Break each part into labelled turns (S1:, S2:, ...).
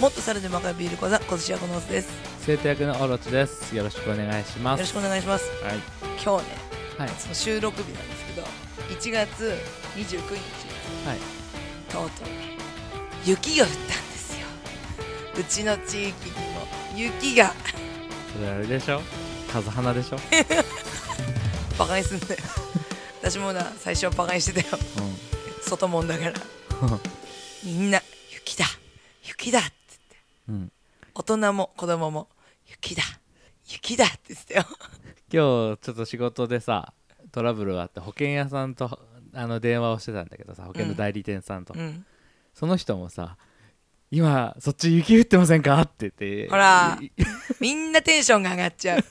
S1: もっと猿で魔界ビール講座今年はこのオスですよ
S2: 生徒役のオロチですよろしくお願いします
S1: ろしくお願いします
S2: はい
S1: 今日ね、
S2: はい
S1: その収録日なんですけど1月29日
S2: はい
S1: とうとう雪が降ったんですようちの地域にも雪が
S2: それあれでしょ風花でしょ
S1: バカにすんだよ私もな最初はバカにしてたよ
S2: う
S1: 外もんだからみんな雪だ雪だって
S2: ん、うん、
S1: 大人も子供も雪だ雪だって言ってたよ
S2: 今日ちょっと仕事でさトラブルがあって保険屋さんとあの電話をしてたんだけどさ保険の代理店さんと、
S1: うん
S2: その人もさ今そっち雪降ってませんかって言って
S1: ほら
S2: い
S1: みんなテンションが上がっちゃう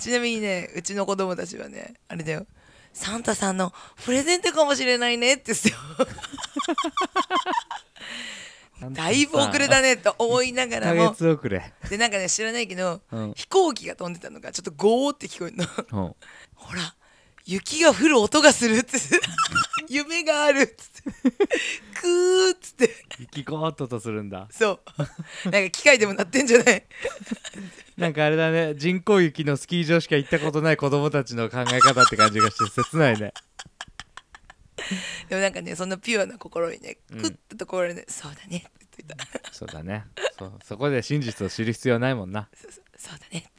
S1: ちなみにねうちの子供たちはねあれだよサンタさんのプレゼントかもしれないねって言ってたよだいぶ遅れたねと思いなが
S2: 1ヶ
S1: らも
S2: 月遅れ
S1: でなんかね知らないけど、
S2: うん
S1: 飛行機が飛んでたのがちょっとゴーって聞こえるの
S2: うん
S1: ほら雪が降る音がするっつって夢があるっつってクーっつって
S2: 雪ゴーっととするんだ
S1: そうなんか機械でもなってんじゃない
S2: なんかあれだね人工雪のスキー場しか行ったことない子供たちの考え方って感じがして切ないね
S1: でもなんかねそんなピュアな心にねクッとところでね、そうだね」って言ってた「
S2: そうだねそそこで真実を知る必要はないもんな
S1: そうそうそうだね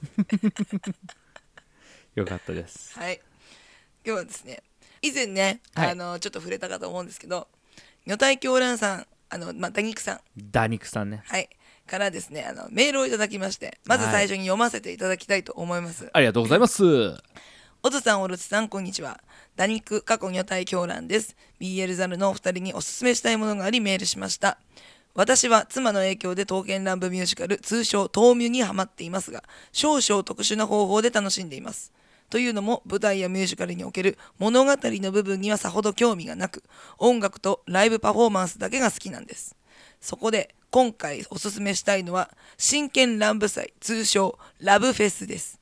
S2: よかったで」す
S1: はい今日はですね以前ね、
S2: はい
S1: あのちょっと触れたかと思うんですけど女体狂乱さんあの、まあ、ダニクさん、
S2: ダニクさんね
S1: はい、からですねあのメールをいただきましてまず
S2: はい
S1: 最初に読ませていただきたいと思います、
S2: ありがとうございます
S1: おずさん、おろちさん、こんにちは。ダニック、過去女体狂乱です。BL ザルのお二人におすすめしたいものがありメールしました。私は妻の影響で刀剣乱舞ミュージカル、通称闘ミュにハマっていますが、少々特殊な方法で楽しんでいます。というのも、舞台やミュージカルにおける物語の部分にはさほど興味がなく、音楽とライブパフォーマンスだけが好きなんです。そこで、今回おすすめしたいのは、真剣乱舞祭、通称ラブフェスです。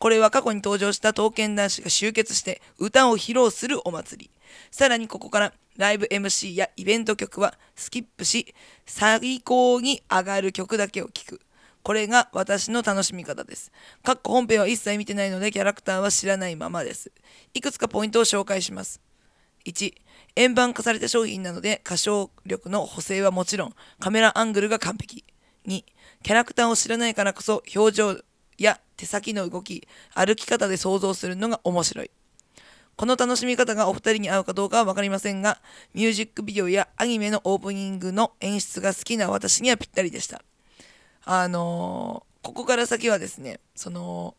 S1: これは過去に登場した刀剣男子が集結して歌を披露するお祭り。さらにここからライブ MC やイベント曲はスキップし、最高に上がる曲だけを聴く。これが私の楽しみ方です。かっこ本編は一切見てないのでキャラクターは知らないままです。いくつかポイントを紹介します。1円盤化された商品なので歌唱力の補正はもちろんカメラアングルが完璧2キャラクターを知らないからこそ表情や手先の動き歩き方で想像するのが面白いこの楽しみ方がお二人に合うかどうかは分かりませんがミュージックビデオやアニメのオープニングの演出が好きな私にはぴったりでしたあのーここから先はですねその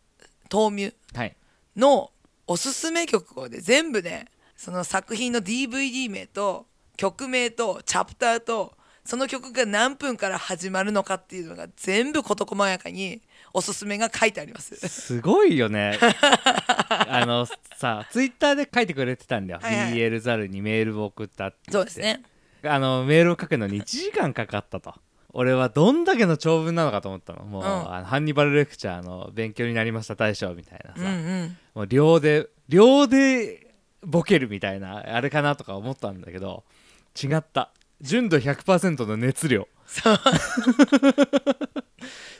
S1: 豆乳
S2: はい
S1: のおすすめ曲をね全部ねその作品の DVD 名と曲名とチャプターとその曲が何分から始まるのかっていうのが全部事細やかにおすすめが書いてあります。
S2: すごいよね あのさツイッターで書いてくれてたんだよ、
S1: はいはい
S2: BL ザルにメールを送ったって
S1: そうですね。
S2: あのメールを書くのに1時間かかったと俺はどんだけの長文なのかと思ったのもう、
S1: うん
S2: あのハンニバルレクチャーの勉強になりました大賞みたいなさ、
S1: うんうん。
S2: もう秒で秒でボケるみたいなあれかなとか思ったんだけど違った純度100%の熱量
S1: そう。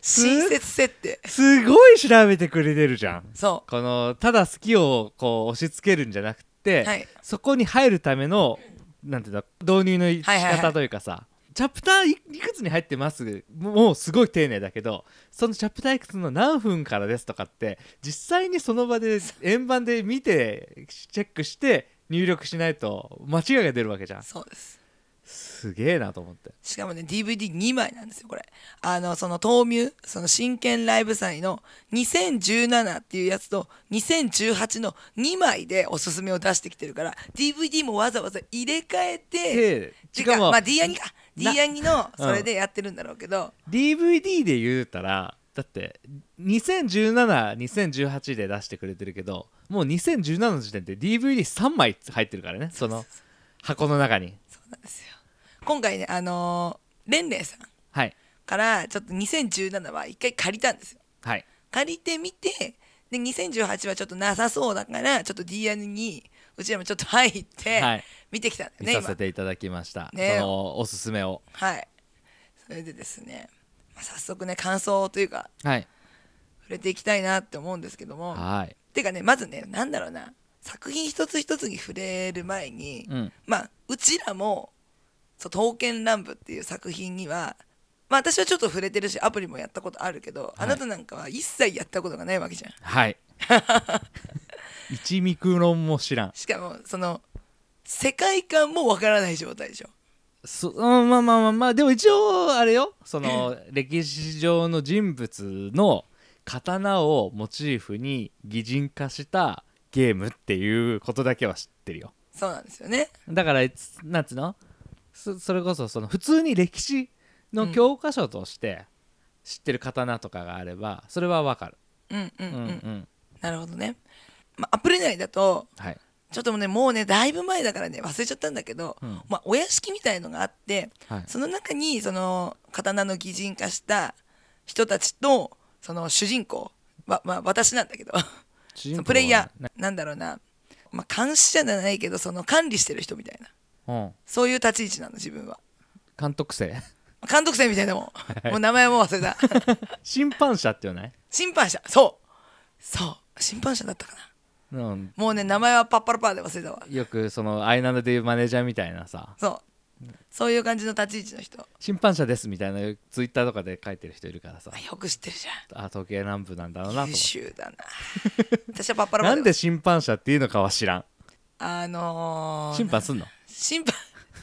S1: 親切設定。
S2: すごい調べてくれてるじゃん
S1: そ
S2: このただ好きをこう押し付けるんじゃなくて、
S1: はい
S2: そこに入るためのなんていうの導入の仕
S1: はいはいはい
S2: 方というかさ、チャプターいいくつに入ってますもうすごい丁寧だけどそのチャプターいくつの何分からですとかって実際にその場 で円盤で見てチェックして入力しないと間違いが出るわけじゃん
S1: う。そうです。
S2: すげえなと思って
S1: しかもね DVD2 枚なんですよこれあのその豆乳その真剣ライブ祭の2017っていうやつと2018の2枚でおすすめを出してきてるから DVD もわざわざ入れ替えて
S2: で
S1: て
S2: し
S1: か
S2: かも
S1: まあ D アニか D
S2: な
S1: アニの
S2: うん
S1: それでやってるんだろうけど、
S2: DVD で言うたらだって20172018で出してくれてるけどもう2017の時点で DVD3 枚入ってるからねその箱の中に
S1: そうなんですよ今回ねあのーレンレンさん
S2: はい
S1: からちょっと2017は一回借りたんですよ
S2: はい
S1: 借りてみてで2018はちょっとなさそうだからちょっと D アニにうちらもちょっと入って
S2: はい
S1: 見てきたんだよ
S2: 見
S1: ね、
S2: さ
S1: 今
S2: せていただきました、
S1: ね
S2: そのおすすめを
S1: はい。それでですね、まあ、早速ね感想というか
S2: はい
S1: 触れていきたいなって思うんですけども
S2: はい
S1: てかねまずねなんだろうな作品一つ一つに触れる前に、
S2: うん
S1: まあうちらも「そう刀剣乱舞」っていう作品にはまあ私はちょっと触れてるしアプリもやったことあるけど、
S2: い
S1: あなたなんかは一切やったことがないわけじゃん
S2: はい 一ミクロンも知らん
S1: しかもその世界観もわからない状態でしょ
S2: そうんまあまあまあまあでも一応あれよそ の歴史上の人物の刀をモチーフに擬人化したゲームっていうことだけは知ってるよ
S1: そうなんですよね
S2: だからいつなんつうのそそれこそその普通に歴史の教科書として知ってる刀とかがあればそれはわかる
S1: うんうんう、
S2: うんんうん
S1: なるほどね、まあ、アプリ内だと
S2: はい
S1: ちょっともうねもうねだいぶ前だからね忘れちゃったんだけど、
S2: うん
S1: まあ、お屋敷みたいのがあって
S2: はい
S1: その中にその刀の擬人化した人たちとその主人公ままあ私なんだけどそ
S2: 主人公
S1: の
S2: は
S1: プレイヤー
S2: ね
S1: なんだろうな、まあ、監視者じゃないけどその管理してる人みたいな
S2: うん
S1: そういう立ち位置なの自分は
S2: 監督生
S1: 監督生みたいなもんもう名前も忘れた
S2: 審判者って言わない
S1: 審判者そうそう審判者だったかな
S2: うん
S1: もうね名前はパッパラパーで忘れたわ
S2: よくそのアイナナでいうマネージャーみたいなさ
S1: そうそういう感じの立ち位置の人
S2: 審判者ですみたいなツイッターとかで書いてる人いるからさ
S1: よく知ってるじ
S2: あ統計南部なんだろう
S1: ゃ
S2: なんと思
S1: 優
S2: っ
S1: 秀だな 私はパッパラパー
S2: てな
S1: だ
S2: ん
S1: よ
S2: で審判者っていうのかは知らん
S1: あのー、
S2: 審判すんの
S1: 審 判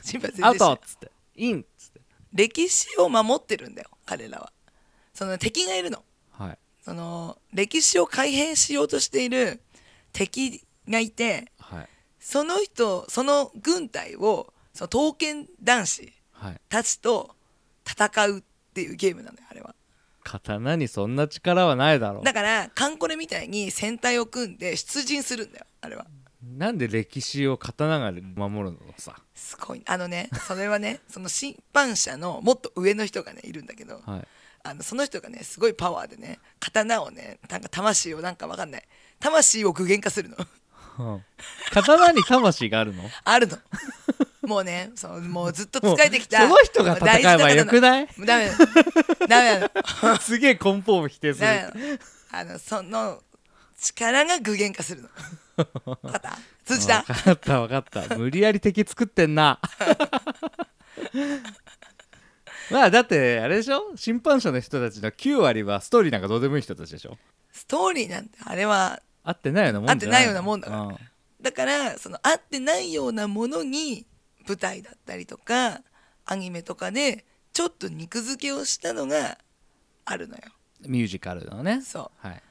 S1: 審判全然
S2: アウ
S1: 知ら
S2: ト
S1: ん
S2: っつってインっつって
S1: 歴史を守ってるんだよ彼らはその敵がいるの
S2: はい
S1: その歴史を改変しようとしている敵がいて
S2: はい
S1: その人その軍隊をその刀剣男子
S2: はい
S1: たちと戦うっていうゲームなのよあれは
S2: 刀にそんな力はないだろう
S1: だからカンコレみたいに戦隊を組んで出陣するんだよあれは
S2: なんで歴史を刀が守るのさ
S1: すごいあのねそれは ねその審判者のもっと上の人がねいるんだけど
S2: はい
S1: あのその人がねすごいパワーでね刀をねなんか魂をなんかわかんない魂を具現化するの
S2: うん刀に魂があるの
S1: あるのもうねそうもうずっと使えてきた
S2: もうその人が戦えばよくない
S1: もう大事な刀ダメなの
S2: すげえ根本を否定する
S1: ダメなのダメなのあのその力が具現化するの わかった通じた
S2: 分かった分かった無理やり敵作ってん なまあだってあれでしょ審判者の人たちの9割はストーリーなんかどうでもいい人たちでしょ
S1: ストーリーなんてあれは
S2: 合ってないようなもんじゃな
S1: 合ってな
S2: い
S1: いようなもんだから
S2: うん
S1: だからその合ってないようなものに舞台だったりとかアニメとかでちょっと肉付けをしたのがあるのよ
S2: ミュージカルのね
S1: そう
S2: はい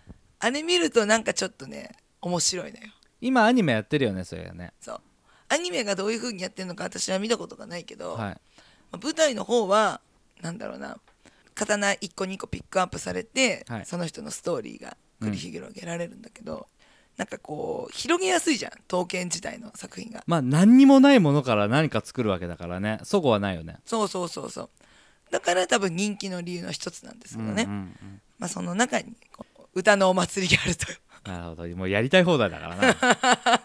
S1: あれ見るとなんかちょっとね面白いのよ
S2: 今アニメやってるよねそれがね
S1: そうアニメがどういう風にやってるのか私は見たことがないけど、
S2: はい
S1: まあ舞台の方はなんだろうな刀1個2個ピックアップされて、
S2: はい
S1: その人のストーリーが繰り広げられるんだけど、なんかこう広げやすいじゃん刀剣自体の作品が
S2: まあ何にもないものから何か作るわけだからねそこはないよね
S1: そうそうそうそうだから多分人気の理由の一つなんですけどね、
S2: うんうんうん
S1: まあ、その中にこう歌のお祭りがあると
S2: なるほどもうやりたい放題だからな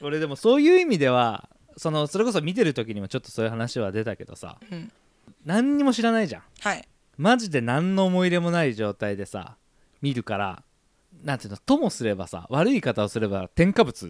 S2: これでもそういう意味ではそのそれこそ見てる時にもちょっとそういう話は出たけどさ
S1: うん
S2: 何にも知らないじゃん
S1: はい
S2: マジで何の思い入れもない状態でさ見るからなんていうのともすればさ悪い言い方をすれば添加 物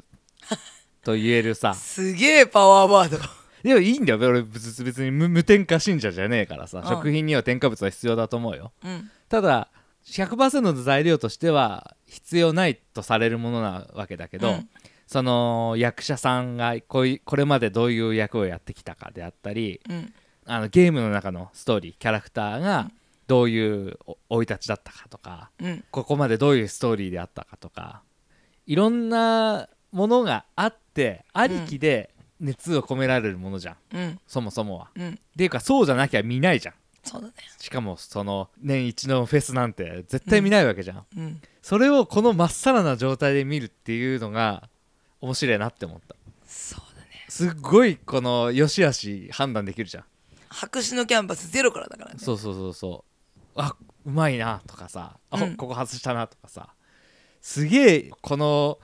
S2: と言えるさ
S1: すげえパワーワード
S2: でもいいんだよ俺別別に無無添加信者じゃねえからさ、
S1: うん
S2: 食品には添加物は必要だと思うよ
S1: うん
S2: ただ100%の材料としては必要ないとされるものなわけだけ
S1: う
S2: ど、
S1: ん
S2: その役者さんがこういこれまでどういう役をやってきたかであったり
S1: うん
S2: あのゲームの中のストーリーキャラクターがどういうお生い立ちだったかとか
S1: うん
S2: ここまでどういうストーリーであったかとかいろんなものがあってありきで熱を込められるものじゃん、
S1: うん
S2: そもそもは。
S1: うん
S2: っていうかそうじゃなきゃ見ないじゃん
S1: そうだね
S2: しかもその年一のフェスなんて絶対見ないわけじゃん、
S1: うん
S2: それをこのまっさらな状態で見るっていうのが面白いなって思った
S1: そうだね
S2: すっごいこの良し悪し判断できるじゃん
S1: 白紙のキャンバスゼロからだからね
S2: そうそうそうそうあうまいなとかさあ、
S1: うん
S2: ここ外したなとかさすげえこの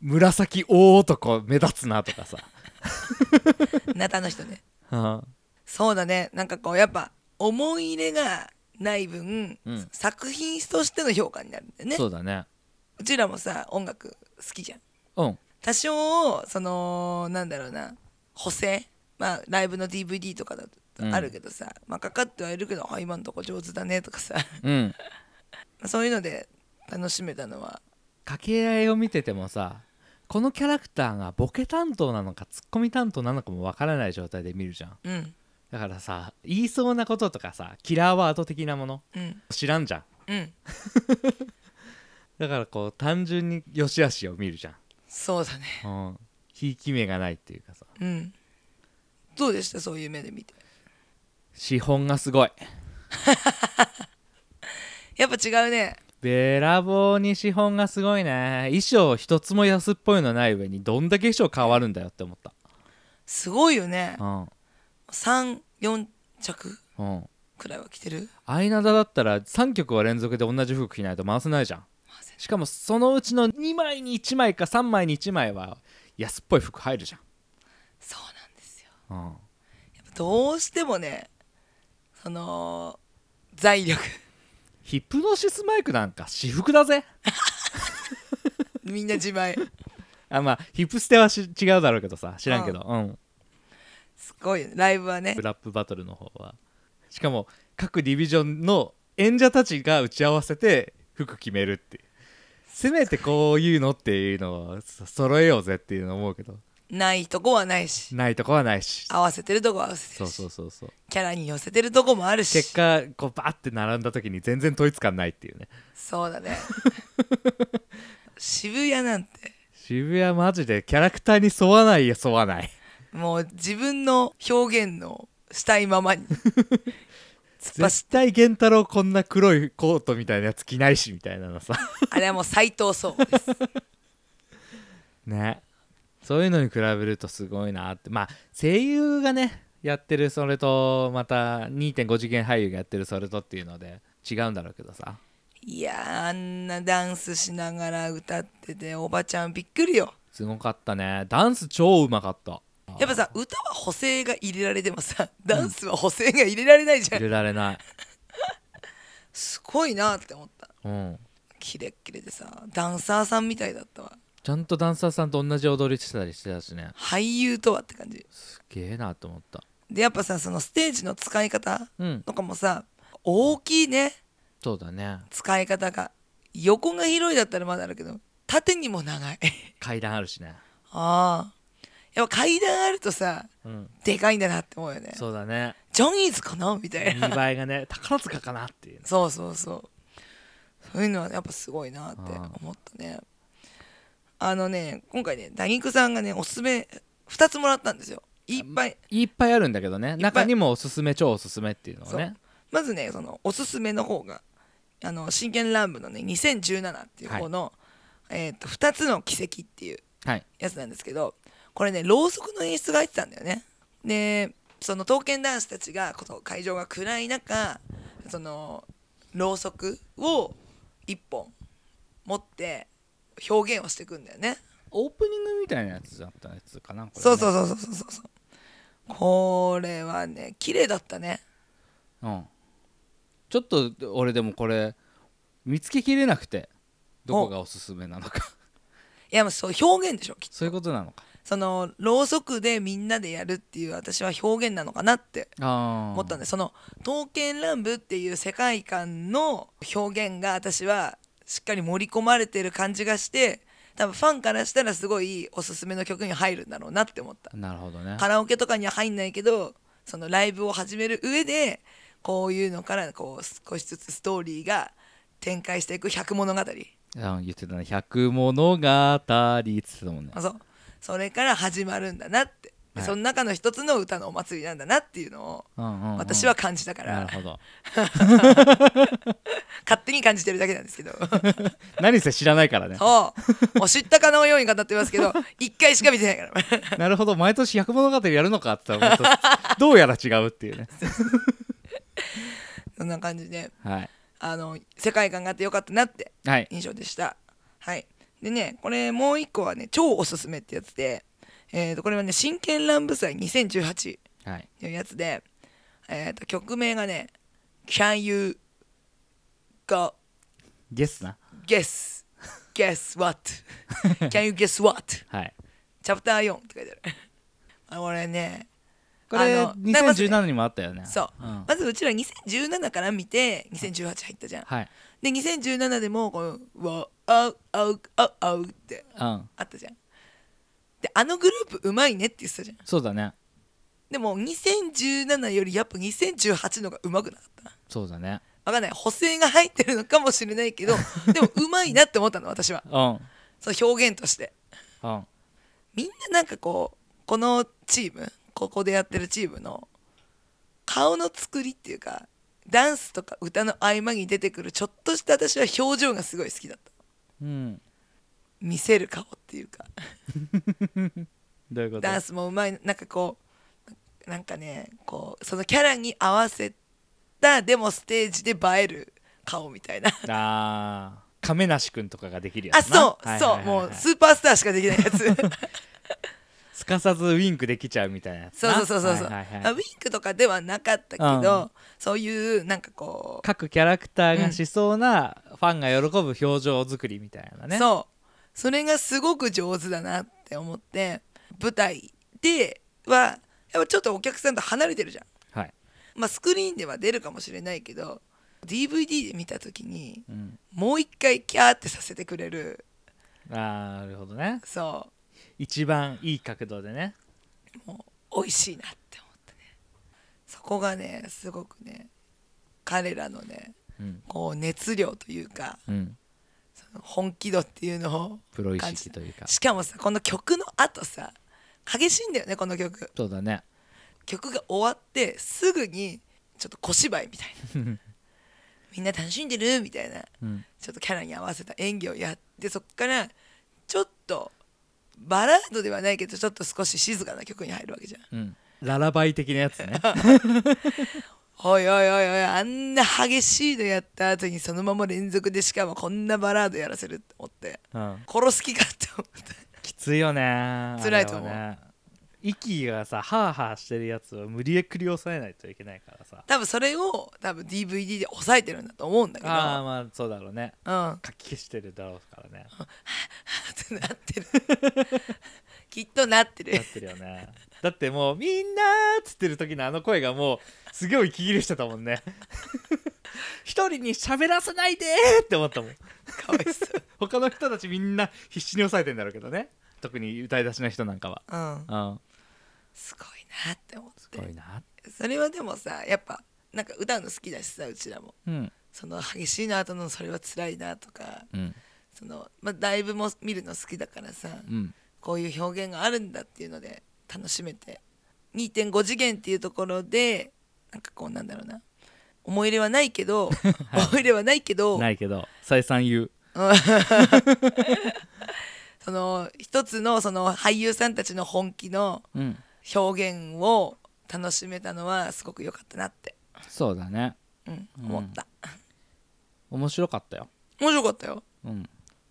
S2: 紫大男目立つなとかさ、
S1: ナタの人ね
S2: うん
S1: そうだねなんかこうやっぱ思い入れがない分、
S2: うん
S1: 作品としての評価になるんだよね
S2: そうだね
S1: うちらもさ音楽好きじゃん
S2: うん
S1: 多少そのなんだろうな補正まあライブの DVD とかだと
S2: うん
S1: あるけどさ、まあかかってはいるけどあ今んとこ上手だねとかさ
S2: うん
S1: そういうので楽しめたのは
S2: 掛け合いを見ててもさこのキャラクターがボケ担当なのかツッコミ担当なのかもわからない状態で見るじゃん
S1: うん
S2: だからさ言いそうなこととかさキラーワード的なもの
S1: うん
S2: 知らんじゃん
S1: うん
S2: だからこう単純に良し悪しを見るじゃ
S1: そうだね
S2: んうんひいき目がないっていうかさ
S1: うんどうでしたそういう目で見て
S2: 資本がすごい
S1: やっぱ違うね
S2: べらぼうに資本がすごいね衣装一つも安っぽいのない上にどんだけ衣装変わるんだよって思った
S1: すごいよね
S2: う
S1: 34着
S2: んうん
S1: くらいは着てる
S2: アイナダだったら3曲は連続で同じ服着ないと回せないじゃん
S1: 回せ
S2: しかもそのうちの2枚に1枚か3枚に1枚は安っぽい服入るじ
S1: そうなんですよ
S2: ゃん、うん、
S1: やっぱどうしてもねその財力
S2: ヒプノシスマイクなんか私服だぜ
S1: みんな自前
S2: あまあヒップステはし違うだろうけどさ知らんけどうん
S1: すごいよねライブはね
S2: ラップバトルの方はしかも各ディビジョンの演者たちが打ち合わせて服決めるっていうせめてこういうのっていうのをそ揃えようぜっていうの思うけど
S1: ないとこはないし
S2: ないとこはないし
S1: 合わせてるとこは合わせて
S2: そ
S1: る
S2: う
S1: し
S2: そうそうそう
S1: キャラに寄せてるとこもあるし
S2: 結果こうバーって並んだ時に全然統一感ないっていうね
S1: そうだね 渋谷なんて
S2: 渋谷マジでキャラクターに沿わないよ沿わない
S1: もう自分の表現のしたいままに突っ走
S2: 絶対源太郎こんな黒いコートみたいなやつ着ないしみたいなのさ
S1: あれはもう斎藤壮です
S2: ねそういうのに比べるとすごいなってまあ声優がねやってるそれとまた2.5次元俳優がやってるそれとっていうので違うんだろうけどさ
S1: いやーあんなダンスしながら歌ってておばちゃんびっくりよ
S2: すごかったねダンス超うまかった
S1: やっぱさ歌は補正が入れられてもさダンスは補正が入れられないじゃん、
S2: 入れられ ない
S1: すごいなって思った
S2: うん
S1: キレッキレでさダンサーさんみたいだったわ
S2: ちゃんとダンサーさんと同じ踊りしてたりしてたしね
S1: 俳優とはって感じ
S2: すげえなと思った
S1: でやっぱさそのステージの使い方
S2: うん
S1: とかもさ大きいね
S2: そうだね
S1: 使い方が横が広いだったらまだあるけど縦にも長い
S2: 階段あるしね
S1: ああやっぱ階段あるとさ
S2: うん
S1: でかいんだなって思うよね
S2: そうだ ね
S1: ジョニーズかなみたい
S2: 見
S1: な
S2: 栄えがね宝塚かなっていうね
S1: そうそうそうそういうのはやっぱすごいなって思ったねあのね今回ねダニクさんがねおすすめ2つもらったんですよいっぱい
S2: いっぱいあるんだけどね
S1: い
S2: 中にもおすすめ超おすすめっていうのをね
S1: まずねそのおすすめの方があの真剣乱舞のね2017っていう方の、えー、と2つの奇跡っていう
S2: はい
S1: やつなんですけどこれねろうそくの演出が入ってたんだよねでその刀剣男子たちがこの会場が暗い中そのろうそくを1本持って表現をしていくんだよね
S2: オープニングみたいなやつだったやつかなこれね
S1: そうそうそうそうそうそうそうこれはね綺麗だったね
S2: うんちょっと俺でもこれ見つけきれなくてどこがおすすめなのか
S1: いやもうそう表現でしょきっと
S2: そういうことなのか
S1: そのろうそくでみんなでやるっていう私は表現なのかなって
S2: ああ
S1: 思ったんで、その刀剣乱舞っていう世界観の表現が私はしっかり盛り込まれてる感じがして多分ファンからしたらすごいおすすめの曲に入るんだろうなって思った
S2: なるほどね
S1: カラオケとかには入んないけどそのライブを始める上でこういうのからこう少しずつストーリーが展開していく百物語
S2: あ言ってたね「百物語」って言ってたもんね
S1: あそうそれから始まるんだなって、で
S2: はい
S1: その中の一つの歌のお祭りなんだなっていうのを
S2: うんうんうん
S1: 私は感じたから、
S2: なるほど
S1: 勝手に感じてるだけなんですけど
S2: 何せ知らないからね
S1: そうもう知ったかのように語ってますけど一回しか見てないから
S2: なるほど毎年百物語やるのかって思った どうやら違うっていうね
S1: そんな感じで
S2: はい
S1: あの世界観があってよかったなって
S2: はい
S1: 印象でしたはいでねこれもう一個はね超おすすめってやつで、えー、とこれはね「真剣乱舞祭2018」
S2: はい
S1: っていうやつでえー、と曲名がね「Can You Go
S2: ゲスな
S1: Guess Guess What Can You Guess What
S2: はい」
S1: チャプター4って書いてあるあこれね
S2: これ
S1: あのなまずね
S2: 2017にもあったよね
S1: そう、
S2: ん
S1: まずうちら2017から見て2018入ったじゃん、
S2: はい
S1: で2017でもこの「うわあうあうあうあう」って
S2: うん
S1: あったじゃんであのグループうまいねって言ってたじゃん
S2: そうだね
S1: でも2017よりやっぱ2018のがうまくなかったな
S2: そうだね
S1: わかんない補正が入ってるのかもしれないけどでもうまいなって思ったの私 は
S2: うん
S1: その表現として
S2: うん
S1: みんななんかこうこのチームここでやってるチームの顔の作りっていうかダンスとか歌の合間に出てくるちょっとした私は表情がすごい好きだった
S2: うん
S1: 見せる顔っていうか
S2: どういうこと
S1: ダンスもうまいなんかこうなんかねこうそのキャラに合わせたでもステージで映える顔みたいな
S2: あー亀梨君とかができるや
S1: あ
S2: つな
S1: そう、
S2: はいはいはいはい
S1: そうもうスーパースターしかできないや つ
S2: すかさずウィンクできちゃうみたいなやつ
S1: そう
S2: な
S1: そうそうそうそう、
S2: はいはい
S1: あ
S2: はい
S1: ウィンクとかではなかったけど、
S2: う
S1: そういうなんかこう
S2: 各キャラクターがしそうなファンが喜ぶ表情作りみたいなね
S1: そうそれがすごく上手だなって思って舞台ではやっぱちょっとお客さんと離れてるじゃん、
S2: はい
S1: まあ、スクリーンでは出るかもしれないけど DVD で見た時に
S2: うん
S1: もう一回キャーってさせてくれる
S2: あーなるほどね
S1: そ
S2: 一番いい角度でね
S1: うもう美味しいなって思ったねそこがねすごくね彼らのね
S2: うん、
S1: こう熱量というか
S2: うん、
S1: 本気度っていうのを
S2: プロ意
S1: 感じ
S2: 識
S1: た
S2: というか
S1: しかもさこの曲の後さ激しいんだよねこの曲
S2: そうだね
S1: 曲が終わってすぐにちょっと小芝居みたいな みんな楽しんでるみたいな
S2: うん
S1: ちょっとキャラに合わせた演技をやってそっからちょっとバラードではないけどちょっと少し静かな曲に入るわけじゃん
S2: うんララバイ的なやつね
S1: おいおいおいおいあんな激しいのやった後にそのまま連続でしかもこんなバラードやらせるって思って
S2: うん
S1: 殺す気かって思った
S2: きついよね
S1: 辛いと思う
S2: あれはね息がさハーハーしてるやつを無理やり抑えないといけないからさ
S1: 多分それを多分 DVD で抑えてるんだと思うんだけど
S2: ああまあそうだろうね
S1: うん
S2: かき消してるだろうからね
S1: ってなってる きっとなって
S2: な
S1: る
S2: ってるよねだってもうみんなーっつってる時のあの声がもうすげえ息切れしてたもんね一人に喋らせないでーって思ったもん
S1: かわいそう
S2: 他の人たちみんな必死に抑えてんだろうけどね特に歌い出しの人なんかは
S1: うん
S2: うん
S1: すごいなって思っ
S2: すごい
S1: て
S2: な
S1: それはでもさやっぱなんか歌うの好きだしさうちらも
S2: うん
S1: その激しいの後のそれは辛いなとか
S2: うん
S1: その、まあ、ライブも見るの好きだからさ、
S2: うん
S1: こういう表現があるんだっていうので楽しめて2.5次元っていうところでなんかこうなんだろうな思い入れはないけ ど、思い入れはないけど
S2: ないけど再三言う
S1: その一つのその俳優さんたちの本気の
S2: うん
S1: 表現を楽しめたのはすごく良かったなって、
S2: そうだね
S1: うん、
S2: うん
S1: 思った、
S2: 面白かったよ
S1: 面白かったよ
S2: うん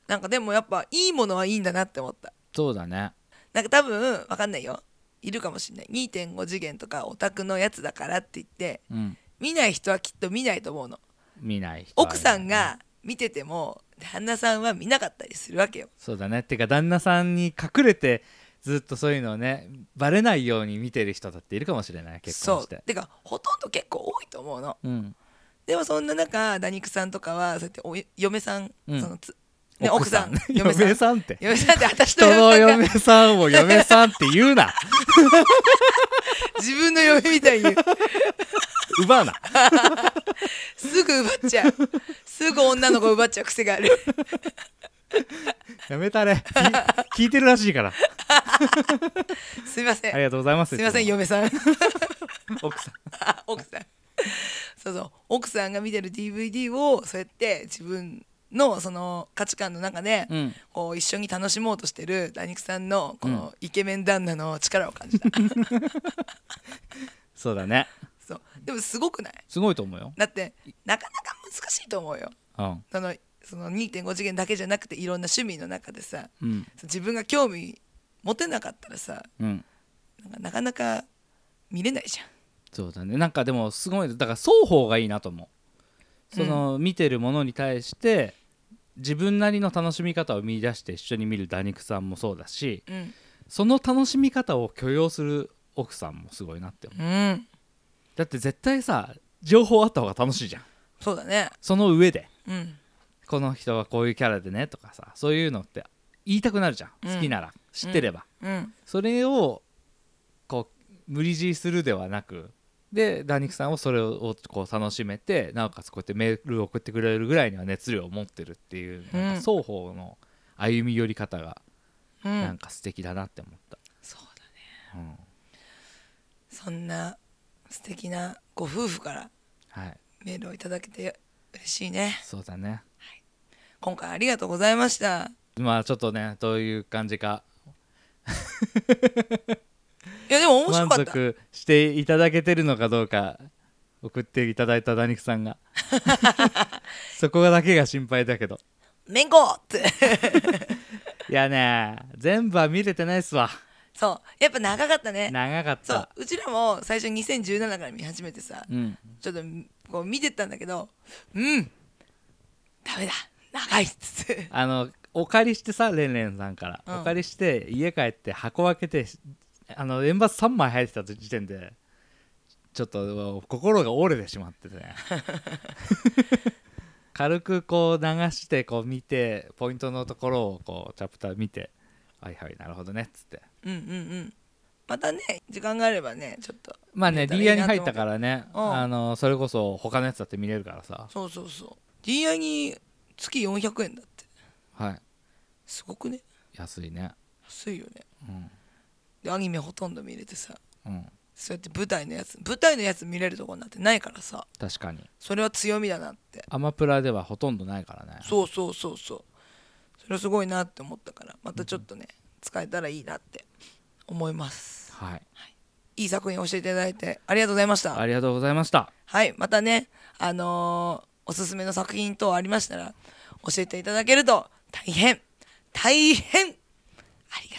S1: なんかでもやっぱいいものはいいんだなって思った
S2: そうだね
S1: なんか多分わかんないよいるかもしんない2.5次元とかオタクのやつだからって言って
S2: うん
S1: 見ない人はきっと見ないと思うの
S2: 見ない人はね
S1: 奥さんが見てても旦那さんは見なかったりするわけよ
S2: そうだねってか旦那さんに隠れてずっとそういうのをねバレないように見てる人だっているかもしれない結婚し
S1: そう
S2: て
S1: てかほとんど結構多いと思うの
S2: うん
S1: でもそんな中ダニクさんとかはそうやってお嫁さん、
S2: うん
S1: そのつ、ね、奥さん
S2: 嫁
S1: 嫁
S2: さん
S1: さん
S2: って
S1: 嫁さんって私
S2: 人
S1: と
S2: の
S1: 嫁さんが
S2: 嫁さんを 嫁さんって言うな
S1: 自分の嫁みたいに
S2: 奪うな
S1: すぐ奪っちゃうすぐ女の子奪っちゃう癖がある
S2: やめたれ聞いてるらしいから
S1: すいませ
S2: あ
S1: ん
S2: りがとうございます
S1: すいません
S2: いつも
S1: 嫁さん
S2: 奥さん
S1: あ奥さんそうそう奥さんが見てる DVD をそうやって自分のその価値観の中で、
S2: うん
S1: こう一緒に楽しもうとしてるダニクさんのこのイケメン旦那の力を感じた、
S2: そうだね
S1: そうでもすごくない
S2: すごいと思うよ
S1: だってなかなか難しいと思うよ
S2: うん
S1: そのその2.5次元だけじゃなくていろんな趣味の中でさ
S2: うん
S1: 自分が興味持てなかったらさ
S2: うん
S1: なんかなかなか見れないじゃん
S2: そうだねなんかでもすごいだから双方がいいなと思うその、見てるものに対して自分なりの楽しみ方を見出して一緒に見るダニクさんもそうだし
S1: うん
S2: その楽しみ方を許容する奥さんもすごいなって思う
S1: うん
S2: だって絶対さ情報あった方が楽しいじゃん
S1: そうだね
S2: その上で
S1: うん
S2: この人はこういうキャラでねとかさそういうのって言いたくなるじゃん
S1: うん
S2: 好きなら、知ってれば、
S1: うん
S2: それをこう無理強いするではなくでダニクさんをそれをこう楽しめてなおかつこうやってメールを送ってくれるぐらいには熱量を持ってるっていう
S1: うん
S2: なんか双方の歩み寄り方が
S1: う
S2: なん
S1: ん
S2: か素敵だなって思った、
S1: そうだね
S2: うん
S1: そんな素敵なご夫婦から
S2: はい
S1: メールをいただけて嬉しいね
S2: そうだね
S1: 今回ありがとうございました
S2: まあちょっとねどういう感じか
S1: いやでも面白
S2: 満
S1: かった
S2: 足していただけてるのかどうか送っていただいたダニクさ んがそこだけが心配だけど
S1: めんこって
S2: いやね全部は見れてないっすわ
S1: そうやっぱ長かったね
S2: 長かっ
S1: そう
S2: た
S1: うちらも最初2017から見始めてさ
S2: うん
S1: ちょっとこう見てったんだけどうんダメだ長いっつって
S2: あのお借りしてさレンレンさんから、
S1: うん
S2: お借りして家帰って箱開けてあの円罰3枚入ってた時点でちょっと心が折れてしまっ てて軽くこう流してこう見てポイントのところをこうチャプター見てはいはいなるほどねっつって
S1: うんうんうんまたね時間があればねちょっと
S2: まあね
S1: 見たら
S2: D
S1: いいな
S2: アに入ったからね、
S1: うん
S2: あのそれこそ他のやつだって見れるからさ
S1: そうそうそう DI に月400円だって
S2: はい
S1: すごくね
S2: 安いね
S1: 安いよね
S2: うん
S1: でアニメほとんど見れてさ
S2: うん
S1: そうやって舞台のやつ舞台のやつ見れるとこなんてないからさ
S2: 確かに
S1: それは強みだなって
S2: アマプラではほとんどないからね
S1: そうそうそうそうそれはすごいなって思ったからまたちょっとね使えたらいいなって思います
S2: はい
S1: いい作品を教えていただいてありがとうございました
S2: ありがとうございました。
S1: はいまたねあのーおすすめの作品等ありましたら教えていただけると大変大変ありが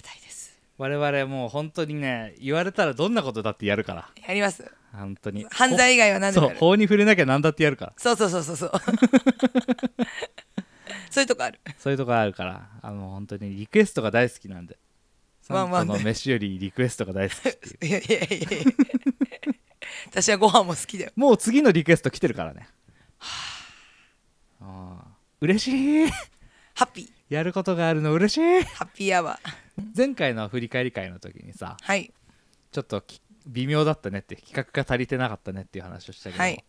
S1: たいです
S2: 我々もう本当にね言われたらどんなことだってやるから
S1: やります
S2: 本当に
S1: 犯罪以外は何でも
S2: そ
S1: や
S2: う
S1: る
S2: 法に触れなきゃ何だってやるから
S1: そうそうそうそう そうそういうとこある
S2: そういうとこあるからあの本当にリクエストが大好きなんで
S1: ワ
S2: サ
S1: ン
S2: ン
S1: ワン
S2: コ
S1: ね
S2: の飯よりリクエストが大好きっていう
S1: いやいやいやいや私はご飯も好きだよ
S2: もう次のリクエスト来てるからねああ嬉しい
S1: ハッピー
S2: やることがあるの嬉しい
S1: ハッピーアワー
S2: 前回の振り返り会の時にさ
S1: はい
S2: ちょっとき微妙だったねって企画が足りてなかったねっていう話をしたけど、
S1: はい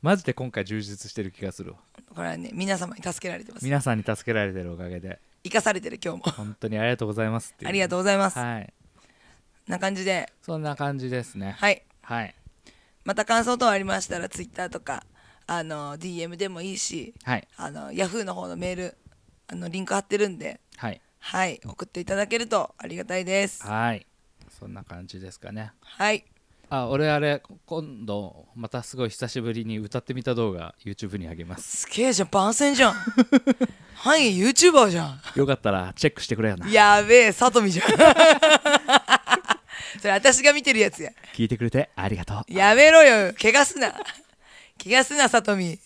S2: マジで今回充実してる気がするわ
S1: これはね皆様に助けられてます
S2: 皆さんに助けられてるおかげで
S1: 生かされてる今日も
S2: 本当にありがとうございますっていう
S1: ありがとう
S2: う
S1: ございます、
S2: はい
S1: な感じで
S2: そんな感じですね
S1: はい
S2: はい
S1: また感想等ありましたら Twitter とかあの DM でもいいし
S2: はい
S1: あの Yahoo の方のメールあのリンク貼ってるんで
S2: はい
S1: はい送っていただけるとありがたいです
S2: はいそんな感じですかね
S1: はい
S2: あ俺あれ今度またすごい久しぶりに歌ってみた動画 YouTube にあげ ます
S1: すげえじゃん番宣じゃん 範囲 YouTuber じゃん
S2: よかったらチェックしてくれよな
S1: やべえ、さとみじゃん。 それ私が見てるやつや。
S2: 聞いてくれてありがとう
S1: やめろよ、怪我すな。怪我すな、さとみ。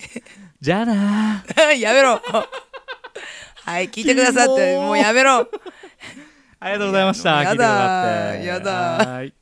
S2: じゃあな
S1: やめろ。 はい、聞いてくださっ
S2: キ
S1: て、
S2: モー
S1: もうやめろ。
S2: ありがとうございました
S1: やだ
S2: 聞いてもらって
S1: やだ
S2: はーい